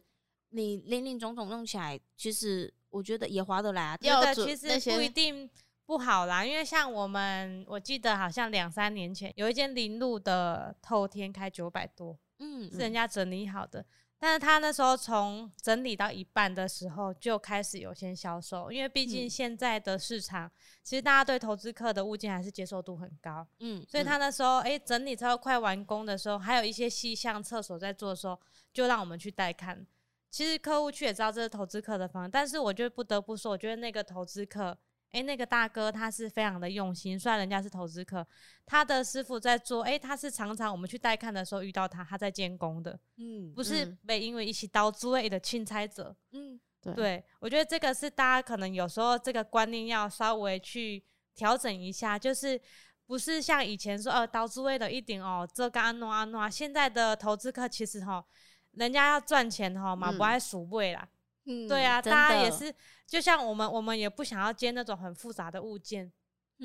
B: 你零零总总弄起来，其实我觉得也划得来啊。
A: 觉
C: 要
A: 得
C: 准
A: 其
C: 那
A: 实
C: 些
A: 不一定不好啦，因为像我们，我记得好像两三年前有一间林路的透天开九百多，
B: 嗯
A: 是人家整理好的。但是他那时候从整理到一半的时候就开始有先销售，因为毕竟
C: 嗯
A: 现在的市场，其实大家对投资客的物件还是接受度很高，
B: 嗯，
A: 所以他那时候哎、诶整理超快完工的时候，还有一些细项厕所在做的时候，就让我们去带看。其实客户去也知道这是投资客的方案，但是我就不得不说，我觉得那个投资客，哎、那个大哥他是非常的用心，虽然人家是投资客，他的师傅在做，哎、他是常常我们去带看的时候遇到他，他在监工的，
B: 嗯
A: 不是
C: 嗯
A: 被因为一起刀之类的钦差者。
B: 嗯
C: 对
A: 对，我觉得这个是大家可能有时候这个观念要稍微去调整一下，就是不是像以前说，呃，投资为了一点哦，这个安诺安诺啊，现在的投资客其实哈，人家要赚钱哈嘛，不
C: 嗯
A: 爱数位啦。
B: 嗯
A: 对啊，
B: 真
A: 大家
B: 的
A: 也是，就像我们，我们也不想要接那种很复杂的物件。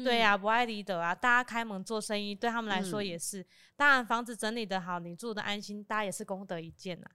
A: 对
B: 嗯
A: 啊，不爱理得啊，大家开门做生意，对他们来说
C: 嗯
A: 也是。当然，房子整理的好，你住的安心，大家也是功德一件呐、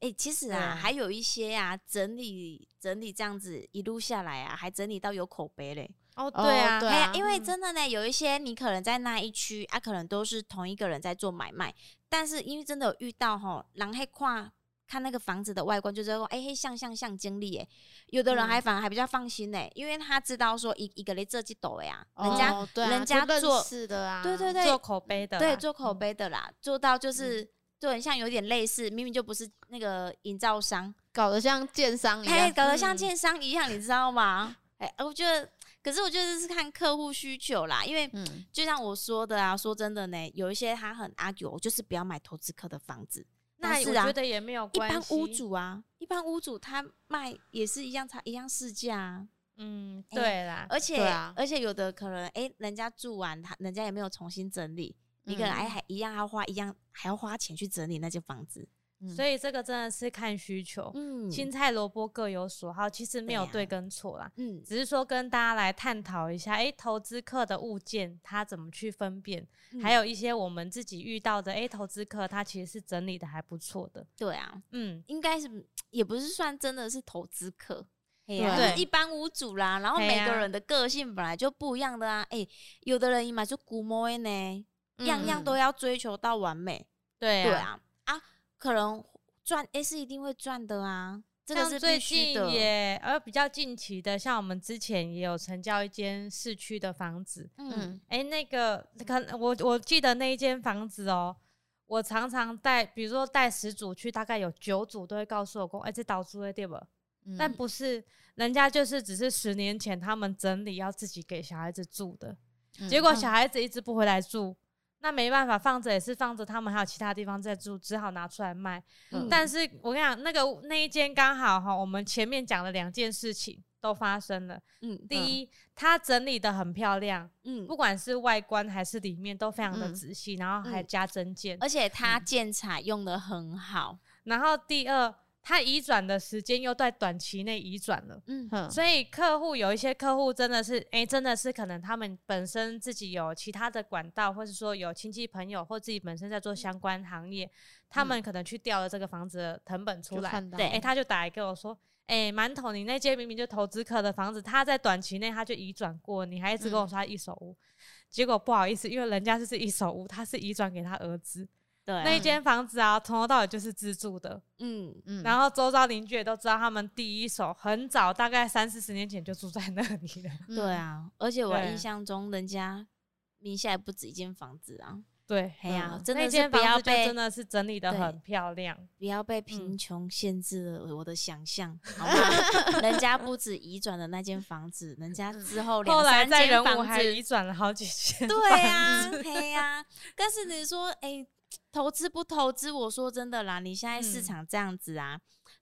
B: 哎、其实
A: 对啊
B: 啊，还有一些啊，整理整理这样子一路下来啊，还整理到有口碑嘞。
A: 哦，
C: 哦
A: 对啊，
C: 对
B: 哎呀
C: 啊
B: 因为
A: 嗯
B: 真的呢，有一些你可能在那一区啊，可能都是同一个人在做买卖，但是因为真的有遇到吼，狼黑跨看那个房子的外观，就是说，哎、嘿，像像像经理哎，有的人
A: 嗯
B: 还反而还比较放心呢，因为他知道说一一个嘞这几斗呀，人家、
C: 哦对啊
B: 人家
C: 就认
B: 做
C: 识的啊，
B: 对对对
A: 做口碑的啦，
B: 对做口
A: 嗯，
B: 碑的啦，做到就是。就很像有点类似，明明就不是那个营造商，
C: 搞得像建商一
B: 哎，
C: 样，
B: 搞得像
A: 嗯
B: 建商一样，你知道吗？哎，我觉得，可可是我觉得这是看客户需求啦，因为
C: 嗯，
B: 就像我说的啊，说真的呢，有一些他很 argue，我就是不要买投资客的房子。
A: 那
B: 但是
A: 我
B: 啊
A: 觉得哦也没有
B: 一
A: 关
B: 般
A: 系。
B: 屋，主啊，一般屋主他卖也是一样差一样市价啊，
A: 嗯，
B: 哎
A: 对啦，
B: 而且、
C: 对啊
B: 而且有的可能哎、人家住完他人家也没有重新整理，你可能哎还一样要花一样还要花钱去整理那间房子，
C: 嗯
A: 所以这个真的是看需求，
B: 嗯
A: 青菜萝卜各有所好，其实没
B: 对啊
A: 有
B: 呀
A: 对跟错啦，
B: 嗯
A: 只是说跟大家来探讨一下，哎、投资客的物件它怎么去分辨，
B: 嗯
A: 还有一些我们自己遇到的，哎、投资客他其实是整理的还不错的，
B: 对啊，
A: 嗯，
B: 应该是也不是算真的是投资客。哎
C: 对
B: 呀，
C: 啊
B: 就是一般屋主啦，然后
A: 哎
B: 每个
A: 呀
B: 人的个性本来就不一样的啊。哎、有的人一买就古摸呢，样样
C: 嗯
B: 都要追求到完美，
A: 对
B: 对
A: 啊，
B: 啊，啊，可能赚诶是一定会赚的啊，这个
A: 像
B: 是必
A: 最
B: 须
A: 近
B: 的。
A: 也呃比较近期的，像我们之前也有成交一间市区的房子，
B: 嗯，
A: 哎、那个可能我我记得那一间房子哦。我常常带，比如说带十组去，大概有九组都会告诉我公，哎、这倒租的店吧，
C: 嗯
A: 但不是，人家就是只是十年前他们整理要自己给小孩子住的，结果
B: 嗯
A: 小孩子一直不回来住，那没办法，放着也是放着，他们还有其他地方在住，只好拿出来卖。
C: 嗯
A: 但是我跟你讲，那个那一间刚好哈，我们前面讲的两件事情都发生了。
B: 嗯，
A: 第一，它整理的很漂亮，
B: 嗯，
A: 不管是外观还是里面都非常的
C: 嗯
A: 仔细，然后还
B: 嗯
A: 加针线。
B: 而且他建材用的很好，
A: 然后第二，它移转的时间又在短期内移转了。
B: 嗯
C: 嗯
A: 所以客户有一些客户真的是，哎、真的是可能他们本身自己有其他的管道，或是说有亲戚朋友或自己本身在做相关行业，他们可能去调了这个房子的成本出
C: 嗯就
A: 来，哎、
C: 看到
B: 对
A: 他就打来跟我说，哎、馒头，你那间明明就投资客的房子，他在短期内他就移转过，你还一直跟我
C: 嗯
A: 说他一手屋。结果不好意思，因为人家就是一手屋，他是移转给他儿子。
B: 对啊，
A: 那一间房子啊，从头到尾就是自住的，
B: 嗯，
C: 嗯
A: 然后周遭邻居也都知道，他们第一手很早，大概三四十年前就住在那里了。 *laughs*
B: 对，
C: 嗯
B: 啊，而且我
A: 嗯对
B: 印象中人家名下也不止一间房子啊，
A: 对，
B: 哎呀
C: 嗯，
B: 真
A: 那
B: 的是
A: 间
B: 不
A: 房
B: 要
A: 子就真
B: 被
A: 的是整理的
B: 对
A: 很漂亮。
B: 不要
C: 嗯
B: 被贫穷限制了我的想象，好
C: *laughs*
B: 吗？人家不止移转的那间房子，人家
C: 嗯
B: 之后
A: 后
B: 两
A: 来
B: 三
A: 在
B: 间
A: 人
B: 房
A: 武
B: 子 *laughs*
A: 还移转了好几间。
B: 对呀、对
C: *laughs*
B: 呀、但是你说，哎、投资不投资？我说真的啦，你现在市
A: 嗯
B: 场这样子啊，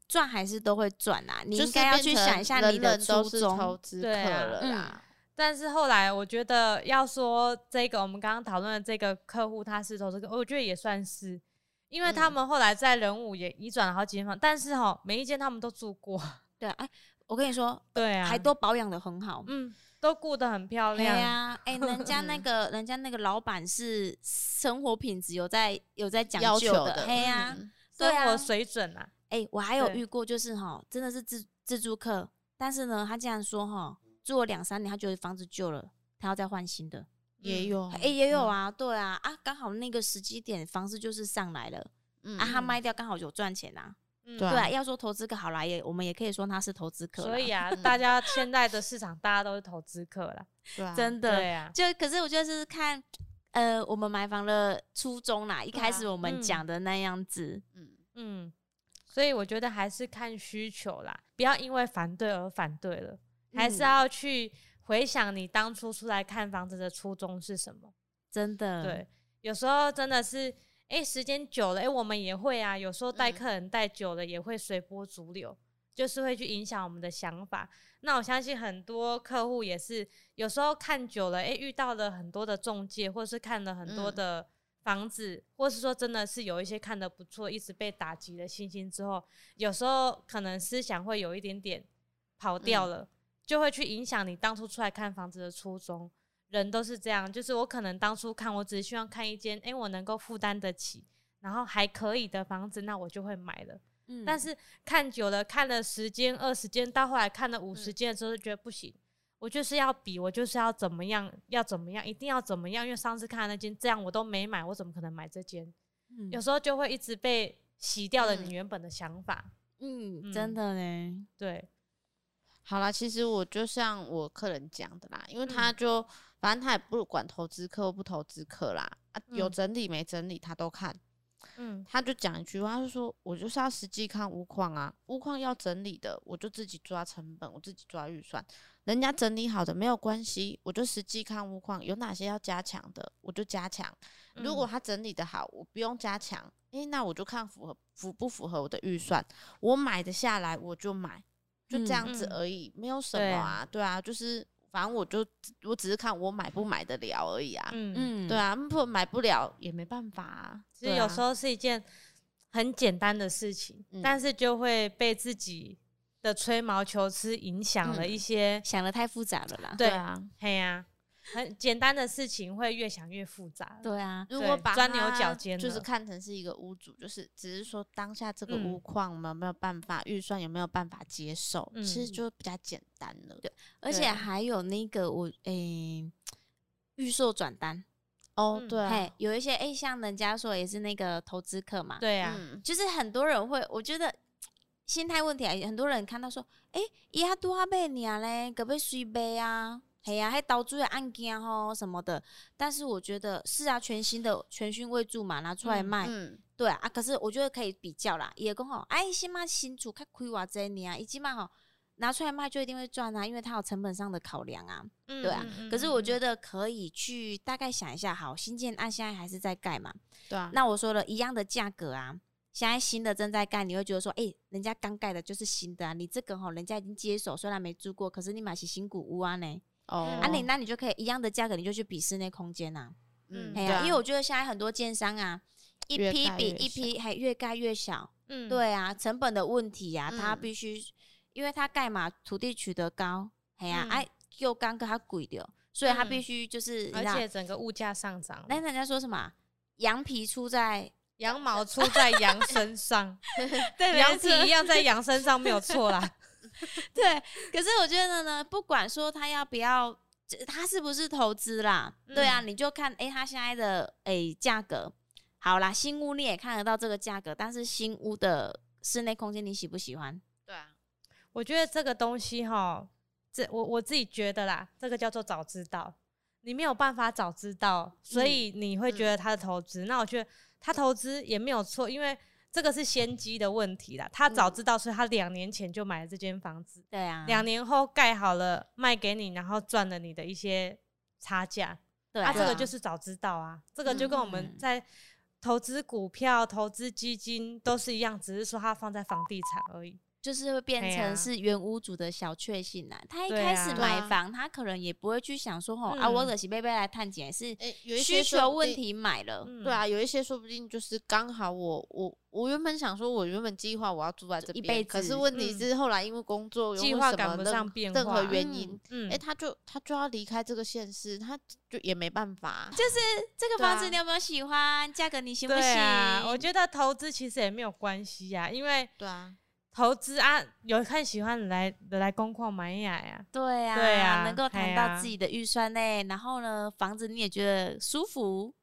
B: 赚、还是都会赚啊。你
C: 就
B: 应
C: 是
B: 该要
C: 变
B: 去
C: 成
B: 想一下
C: 人
B: 你的
C: 人都
B: 初
C: 是投
B: 衷。
C: 资客
A: 对啊
C: 了
B: 嗯
C: 啦，
A: 但是后来我觉得要说这个，我们刚刚讨论的这个客户他是投资客，我觉得也算是。因为他
C: 嗯
A: 们后来在人武也移转了好几间房，但是哈，每一间他们都住过，
B: 对啊，哎、我跟你说，
A: 对啊，
B: 还都保养的很好。
A: 嗯，都顾得很漂
B: 对
C: 啊
A: 亮，
B: 呀、哎、人家
C: *laughs*
B: 那个人家那个老板是生活品质有在有在讲
C: 要
B: 究
C: 求
B: 的，
C: 的，
B: 哎呀、
C: 嗯
B: 对
A: 生
B: 啊
A: 活水准啊，
B: 哎、我还有
A: 对
B: 遇过，就是哈，真的是自自住客，但是呢，他竟然说哈，住了两三年，他觉得房子旧了，他要再换新的。
C: 也
A: 嗯
C: 有，
B: 哎、也有啊，对啊，啊，刚好那个时机点房子就是上来了，
C: 嗯，
B: 啊，他
C: 嗯
B: 卖掉刚好有赚钱啊，
A: 嗯
C: 对啊
B: 对啊，要说投资客好啦，也我们也可以说他是投资客啦，
A: 所以
B: *laughs*
A: 啊，
C: 嗯
A: 大家现在的市场，大家都是投资客啦。
C: 对啊
B: 真的，
A: 对啊，
B: 就可是我觉得是看，呃，我们买房的初衷啦，一
C: 对
B: 开
C: 啊
B: 始我们
A: 嗯
B: 讲的那样子，
C: 嗯
A: 嗯，所以我觉得还是看需求啦，不要因为反对而反对了，还是
B: 嗯
A: 要去回想你当初出来看房子的初衷是什么。
B: 真
C: 嗯
B: 的，
A: 对，有时候真的是，哎、时间久了，哎、我们也会啊，有时候带
C: 嗯
A: 客人带久了，也会随波逐流。就是会去影响我们的想法。那我相信很多客户也是，有时候看久了，哎、遇到了很多的中介，或是看了很多
C: 嗯
A: 的房子，或是说真的是有一些看的不错，一直被打击的信心之后，有时候可能思想会有一点点跑掉了，就会去影响你当初出来看房子的初衷。人都是这样，就是我可能当初看，我只是希望看一间，哎、我能够负担得起，然后还可以的房子，那我就会买了。
B: 嗯，
A: 但是看久了，看了十间、二十间，到后来看了五十
C: 嗯
A: 间的时候，就觉得不行，我就是要比，我就是要怎么样，要怎么样，一定要怎么样，因为上次看的那间这样我都没买，我怎么可能买这间？
B: 嗯
A: 有时候就会一直被洗掉了
C: 嗯
A: 你原本的想法。
B: 嗯，
A: 嗯
B: 真的呢，
A: 对，
C: 好啦，其实我就像我客人讲的啦，因为他
B: 嗯
C: 就、反正他也不管投资客或不投资客啦，啊，有
A: 嗯
C: 整理没整理他都看，
A: 嗯，
C: 他就讲一句话，他就说：“我就是要实际看屋况啊，屋况要整理的，我就自己抓成本，我自己抓预算。人家整理好的没有关系，我就实际看屋况，有哪些要加强的，我就加强。如果
A: 嗯
C: 他整理的好，我不用加强，诶、那我就看符合符不符合我的预算，我买得下来我就买，就这样子
A: 嗯嗯
C: 而已，没有什
A: 对
C: 么
A: 啊
C: 啊，对啊，就是反正我就我只是看我买不买得了而已啊，
A: 嗯，
B: 嗯，
C: 对，啊，不买不了也没办法啊，
A: 其实
C: 对
A: 有
C: 啊
A: 时候是一件很简单的事情，
C: 嗯
A: 但是就会被自己的吹毛求疵影响了
C: 嗯
A: 一些。
B: 想的太复杂了啦。
A: 对
C: 啊，
A: 嘿呀、很简单的事情会越想越复杂。
B: 对啊，
C: 如
A: 对
C: 果把
A: 钻牛
C: 它
A: 角尖
C: 就是
A: 了
C: 看成是一个屋主，就是只是说当下这个
A: 嗯
C: 屋况有没有办法，预算有没有办法接受，其实
A: 嗯
C: 就比较简单了。
B: 对而且
A: 对啊
B: 还有那个我诶。预售转单，
C: 哦，
A: 嗯
C: 对啊，
B: 嘿，有一些诶，像人家说也是那个投资客嘛，
A: 对啊呀、
C: 嗯，
B: 就是很多人会，我觉得心态问题啊，很多人看到说，诶，伊遐拄啊买尔咧，可要随买啊，嘿啊，迄投资的案件吼什么的。但是我觉得是啊，全新的全新未住嘛，拿出来
A: 嗯
B: 卖，
C: 嗯，
B: 对啊。啊可是我觉得可以比较啦，也讲吼，哎、啊，新嘛新主看亏偌济年啊，伊即嘛吼拿出来卖就一定会赚啊，因为它有成本上的考量啊。
A: 嗯
B: 对啊可是我觉
A: 得，
B: 得可以去大概想一下，好，新建案现在还是在盖嘛，
C: 对啊，
B: 那我说了一样的价格啊，现在新的正在盖，你会觉得说，哎、人家刚盖的就是新的啊，你这个吼，人家已经接手，虽然没住过，可是你买起新古屋啊呢，
C: 哦，
B: 啊你那你就可以一样的价格，你就去比室内空间啊，
C: 嗯，
B: 哎
C: 对
B: 呀、
C: 啊
B: 因为我觉得现在很多建商啊。一
C: 越
B: 批
C: 盖
B: 比
C: 越
B: 一批还越盖越小，
A: 嗯，
B: 对啊，成本的问题呀、啊，它
C: 嗯
B: 必须，因为它盖嘛，土地取得高，哎呀、
A: 嗯
B: 哎、又刚跟它贵的，所以它必
A: 嗯
B: 须就是，你知
A: 而
B: 道
A: 且整个物价上涨了，
B: 那人家说什么啊，羊皮出在
A: 羊毛出在羊身上，
B: *laughs* 对
A: 羊皮一样在羊身上没有错啦。
B: *laughs* 对，可是我觉得呢，不管说他要不要，这他是不是投资啦，对
A: 嗯
B: 啊，你就看诶，他现在的诶价格，好啦，新屋你也看得到这个价格，但是新屋的室内空间你喜不喜欢？
C: 对啊，
A: 我觉得这个东西哈，这我我自己觉得啦，这个叫做早知道。你没有办法早知道，所以
B: 嗯
A: 你会觉得他的投资。那我觉得他投资也没有错，因为这个是先机的问题啦。他早知道，所以他两年前就买了这间房子，
B: 对嗯啊，
A: 两年后盖好了卖给你，然后赚了你的一些差价。
B: 对
A: 啊，
B: 啊，
A: 这个就是早知道啊，这个就跟我
B: 嗯
A: 们在投资股票、投资基金都是一样，只是说它放在房地产而已。
B: 就是会变
A: 哎呀
B: 成是原屋主的小确幸啦。他一
A: 对
B: 开始
A: 啊
B: 买
C: 对啊
B: 房，他可能也不会去想说吼啊，我
A: 嗯
B: 的是贝贝来探险是
C: 诶，有一些
B: 需求
C: 说不
B: 问
C: 定。
B: 题买了，
A: 嗯
C: 对啊，有一些说不定就是刚好我我我原本想说，我原本计划我要住在这
B: 一
C: 边，
B: 辈
C: 可是
B: 子
C: 问题
A: 嗯
C: 是后来因为工作又
A: 计
C: 或
A: 划
C: 什
A: 赶
C: 么
A: 不
C: 任
A: 上变
C: 任何
A: 化
C: 原
B: 嗯
C: 因，
A: 嗯，
C: 诶，他就他就要离开这个现实，他就也没办法啊，
B: 就是这个
A: 对
B: 房
A: 啊
B: 子你有没有喜欢？价格你喜不喜
A: 对？啊，我觉得投资其实也没有关系呀、因为
C: 对啊，
A: 投资啊，有看喜欢的来的来公矿买呀呀，
B: 对呀、
A: 对啊
B: 能够谈
A: 嘿
B: 到
A: 啊
B: 自己的预算内，然后呢，房子你也觉得舒服，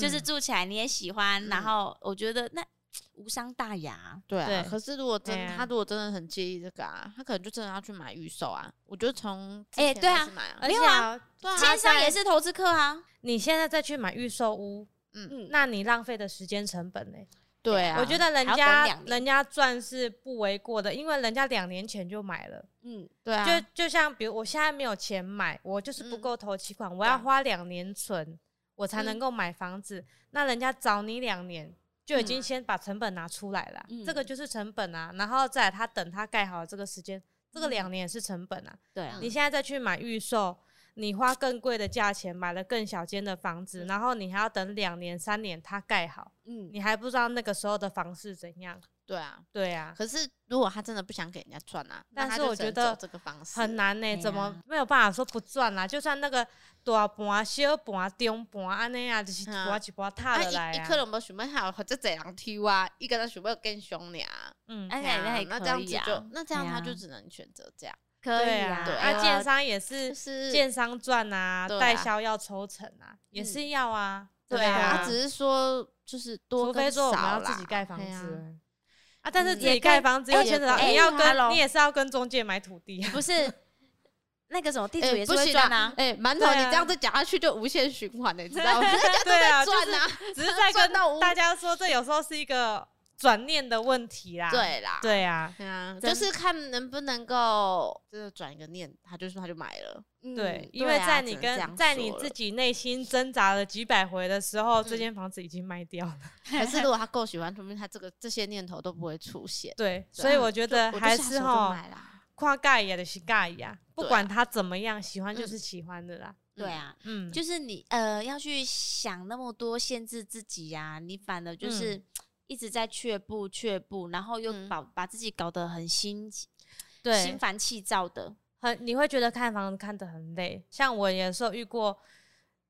B: 就是
A: 嗯
B: 住起来你也喜欢，然
C: 嗯
B: 后我觉得那无伤大雅。
C: 对啊，
A: 对
C: 可是如果真、
A: 哎呀
C: 他如果真的很介意这个啊，他可能就真的要去买预售啊。我就从之
B: 哎
C: 前
B: 对
C: 开
B: 啊
C: 始买啊，
A: 而
B: 没
A: 且
B: 有啊
A: 啊对啊
B: 奸商也
A: 在
B: 是投资客啊，
A: 你现在再去买预售屋，
C: 嗯，
A: 那你浪费的时间成本呢、
C: 对啊，
A: 我觉得人
B: 还要等
A: 家
B: 两年
A: 人家赚是不为过的，因为人家两年前就买了。
B: 嗯，
C: 对啊，
A: 就就像比如我现在没有钱买，我就是不
C: 嗯
A: 够投期款，我
C: 对
A: 要
C: 啊
A: 花两年存，我才能
C: 嗯
A: 够买房子。那人家早你两年就已经
C: 嗯
A: 先把成本拿出来了啊，这个
B: 嗯
A: 就是成本啊。然后再来他等他盖好这个时间，这个
B: 嗯
A: 两年也是成本啊。
B: 对啊，
A: 你现在再去买预售，你花更贵的价钱买了更小间的房子，然后你还要等两年三年他盖好，
B: 嗯，
A: 你还不知道那个时候的房市怎样。
C: 对啊。
A: 对啊，
C: 可是如果他真的不想给人家赚啊，那
A: 但
C: 他
A: 是
C: 就
A: 我
C: 只
A: 觉
C: 能
A: 得
C: 走这个方式啊
A: 很。难呢、
B: 哎
A: 怎么
B: 呀
A: 没有办法说不赚啦？就算那个大盘、小盘、中盘安尼啊，就是一
C: 啊
A: 盘一盘踏
C: 啊，
A: 落来
C: 一一
A: 啊。
C: 个人没想要好，或者这人踢啊，一个人想要更
A: *laughs*
C: 凶俩。
A: 嗯，
B: 哎
C: 哎呀
B: 那也
C: 那
B: 可
C: 这样
B: 以
C: 子
B: 啊
C: 就那这样
B: 哎
C: 他
B: 呀
C: 就只能选择这样，
B: 可以
A: 对啊，
C: 对
A: 啊，
C: 啊
A: 建商也
C: 就是是
A: 建商赚啊，
C: 对啊
A: 代销要抽成啊，也
C: 嗯
A: 是要啊。
C: 对
A: 不
C: 啊，
A: 啊，
C: 他只是说就是多
A: 除非
C: 跟
A: 说我们
C: 少
A: 要
C: 啦
A: 自己盖房
C: 哎呀
A: 子。啊！但是
C: 嗯
A: 自
B: 也
A: 己盖
B: 跟
A: 房子又
B: 哎
A: 牵扯到
B: 也
A: 你要
B: 哎哈喽
A: 跟你也是要跟中介买土地啊，
B: 不是那个什么地主
C: 哎
B: 也是
C: 不
B: 会
C: 行
B: 赚啊
C: 啊，，哎，馒头
A: 对
C: 你
A: 啊
C: 这样子讲下去就无限循环了，你知道吗？
A: *laughs* 对啊，就
C: *laughs* 赚
A: 是
C: 啊，
A: 只是在
C: 赚
A: 跟
C: 到无
A: 大家说，这有时候是一个转念的问题啦。
C: 对啦，
A: 对啊，
C: 对啊，
B: 真
C: 就是看能不能够真的转一个念，他就说他就买了，
B: 嗯
A: 对，因为
C: 啊
A: 在
C: 只
A: 你
C: 能
A: 跟
C: 这样
A: 在
C: 说
A: 你
C: 了 *laughs*
A: 自己内心挣扎了几百回的时候，这
C: 嗯
A: 间房子已经卖掉
C: *laughs*
A: 了。
C: 可是如果他够喜欢，说明他这个这些念头都不会出 *laughs* 现。啊
A: 对，所以我觉得还是
C: 哈
A: 哈，，跨盖也的是盖呀，不
C: 对
A: 管
C: 啊
A: 他怎么样，喜欢就
C: 嗯
A: 是喜欢的啦。
B: 对啊，
A: 嗯，
B: 就是你呃要去想那么多限制自己呀、你反而就是一直在却步却步，然后又
C: 嗯
B: 把、把自己搞得很心
A: 对
B: 心，烦气躁的。
A: 很你会觉得看房子看得很累。像我有时候遇过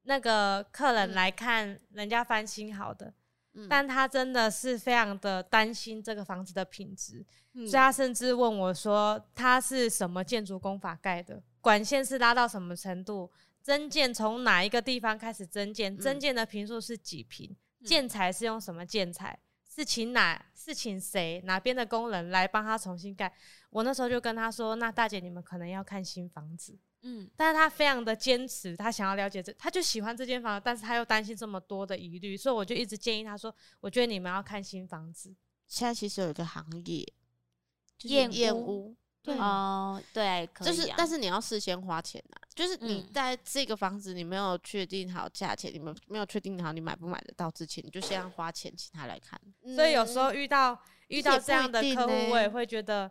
A: 那个客人
C: 嗯
A: 来看人家翻新好的，
C: 嗯
A: 但他真的是非常的担心这个房子的品质，
B: 嗯
A: 所以他甚至问我说他是什么建筑工法盖的，管线是拉到什么程度，增建从哪一个地方开始增建，增
C: 嗯
A: 建的平数是几平，
B: 嗯
A: 建材是用什么建材。是请哪是请谁哪边的工人来帮他重新盖？我那时候就跟他说：“那大姐，你们可能要看新房子。”
B: 嗯
A: 但是他非常的坚持，他想要了解这，他就喜欢这间房子，但是他又担心这么多的疑虑，所以我就一直建议他说，我觉得你们要看新房子，
C: 现在其实有一个行业，就是
B: 厌
C: 厌
B: 恶
C: 恶，
A: 对
C: 啊
B: 哦，对，可以、啊，
C: 就是但是你要事先花钱啊，就是你
B: 嗯
C: 在这个房子你没有确定好价钱，你们没有确定好你买不买得到之前，你就先要花钱请他来看。
A: 所以有时候遇到遇到
C: 也不
A: 这样的
C: 一定
A: 客户，
C: 呢
A: 我也会觉得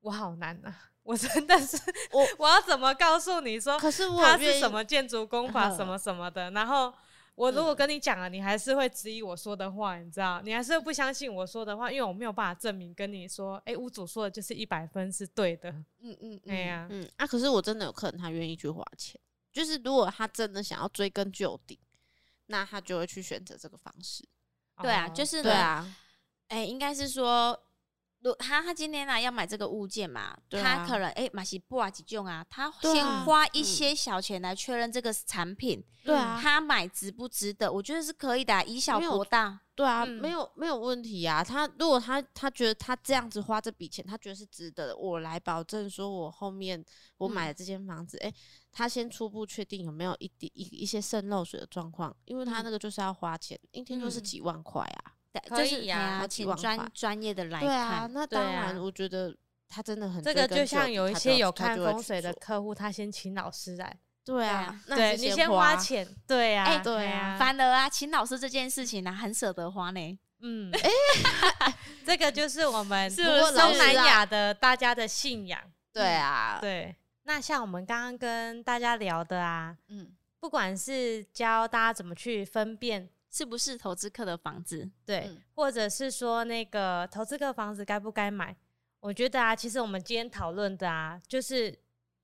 A: 我好难啊，我真的是
C: 我
A: 我我要怎么告诉你说
C: 可是我
A: 他
C: 有愿
A: 是
C: 意
A: 什么建筑工法
C: 嗯
A: 什么什么的，然后。我如果跟你讲了，你还是会质疑我说的话，你知道？你还是会不相信我说的话，因为我没有办法证明跟你说，哎、屋主说的就是一百分是对的。
C: 嗯嗯，
A: 哎呀
C: 嗯啊，可是我真的有客人他愿意去花钱，就是如果他真的想要追根究底，那他就会去选择这个方式。
B: 对啊，
A: 哦
B: 就是
C: 对
B: 呢，
C: 啊，
B: 哎、应该是说，如他他今天呢、啊、要买这个物件嘛，
C: 对啊
B: 他可能哎买起布瓦几用啊，他
C: 对
B: 先
C: 啊
B: 花一
C: 嗯
B: 些小钱来确认这个产品，
C: 对啊
A: 嗯
B: 他买值不值得，我觉得是可以的啊、以小
C: 没有
B: 博大，
C: 对啊，
A: 嗯
C: 没有没有问题啊。他如果他他觉得他这样子花这笔钱，他觉得是值得的，我来保证说，我后面我
A: 嗯
C: 买了这间房子，诶，他先初步确定有没有一滴一一些渗漏水的状况，因为他那个就是要花钱，一听就是
A: 嗯
C: 几万块啊。
B: 对
A: 可
B: 就是
A: 以
B: 哎
A: 啊
B: 呀
C: 好几
B: 请
C: 万块
B: 专专业的来
C: 对啊，
B: 看，
C: 那
A: 对
C: 当
A: 啊
C: 然，我觉得他真的很
A: 这
C: 追
A: 个
C: 根
A: 就
C: 究
A: 像
C: 底
A: 有一
C: 他
A: 些
C: 就
A: 有
C: 他
A: 看
C: 就会
A: 风
C: 去
A: 水的
C: 做
A: 客户，他先请老师来，
C: 对啊
B: 啊，
C: 那
A: 对
C: 是
A: 你先花
C: 花，
A: 钱，对呀、
B: 哎
C: 对
A: 啊，
B: 反而啊，请老师这件事情呢、啊很舍得花呢。
A: 嗯，哎， *laughs* 这个就是啊我们
B: 是
A: 不
B: 不
A: 过
B: 是
A: 东南亚的大家的信仰，
C: 对啊，
A: 对。那像我们刚刚跟大家聊的啊，
C: 嗯，
A: 不管是教大家怎么去分辨，
B: 是不是投资客的房子？
A: 对，
C: 嗯
A: 或者是说那个投资客房子该不该买，我觉得啊，其实我们今天讨论的啊，就是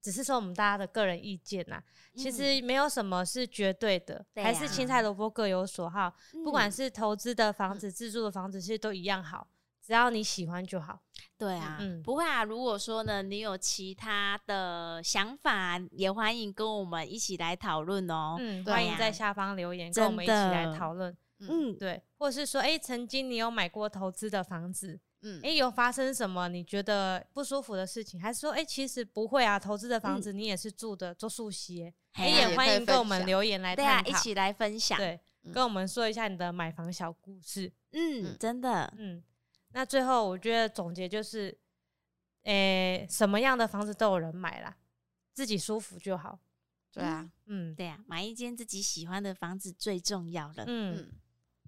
A: 只是说我们大家的个人意见呐、其实没有什么是绝对的，
B: 嗯对
A: 还是青
B: 啊
A: 菜萝卜各有所好。不管
B: 嗯
A: 是投资的房子、自住的房子，其实都一样好，只要你喜欢就好。
B: 对啊，
A: 嗯
B: 不会啊。如果说呢，你有其他的想法，也欢迎跟我们一起来讨论哦。
A: 嗯，
C: 对
A: 欢迎
B: 呀
A: 在下方留言，
B: 真
A: 跟我们一起来
B: 的
A: 讨论。
C: 嗯
A: 对，或是说，哎、曾经你有买过投资的房子，
C: 嗯，
A: 哎、有发生什么你觉得不舒服的事情？还是说，哎、其实不会啊，投资的房子你也是住的，做速吸、欸，哎、
B: 嘿啊
A: 也
C: 也
A: 欢
C: 可以
A: 迎跟
C: 分
A: 我们
C: 享
A: 留言来
B: 对啊
A: 探，讨。
B: 一起来分享。
A: 对，
C: 嗯
A: 跟我们说一下你的买房小故事。
B: 嗯，
C: 嗯
B: 真的，
A: 嗯，那最后我觉得总结就是，诶、什么样的房子都有人买啦，自己舒服就好。
C: 对啊，
A: 嗯
B: 对啊，买一间自己喜欢的房子最重要了。
A: 嗯，
C: 嗯，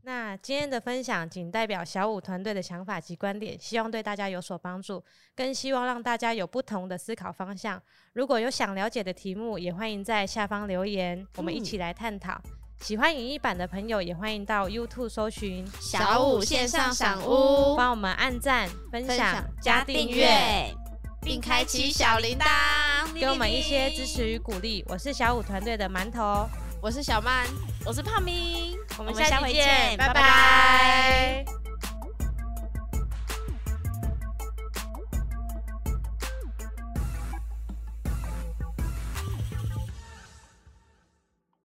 A: 那今天的分享仅代表小五团队的想法及观点，希望对大家有所帮助，更希望让大家有不同的思考方向。如果有想了解的题目，也欢迎在下方留言，我们一起来探讨。喜欢影艺版的朋友，也欢迎到 YouTube 搜寻，
C: 小五线上赏屋，
A: 帮我们按赞、分
C: 分
A: 享
C: 享、
A: 加
B: 加
A: 订
B: 订
A: 阅。
B: 阅，
C: 并开启小铃铛。
A: 给我们一些支持与鼓励。我是小五团队的馒头，
C: 我是小曼，
B: 我是胖咪，
A: 我
B: 我
A: 们
B: 们
A: 下
B: 下
A: 期
B: 回
A: 见
B: 见，
A: 拜
B: 拜
A: 拜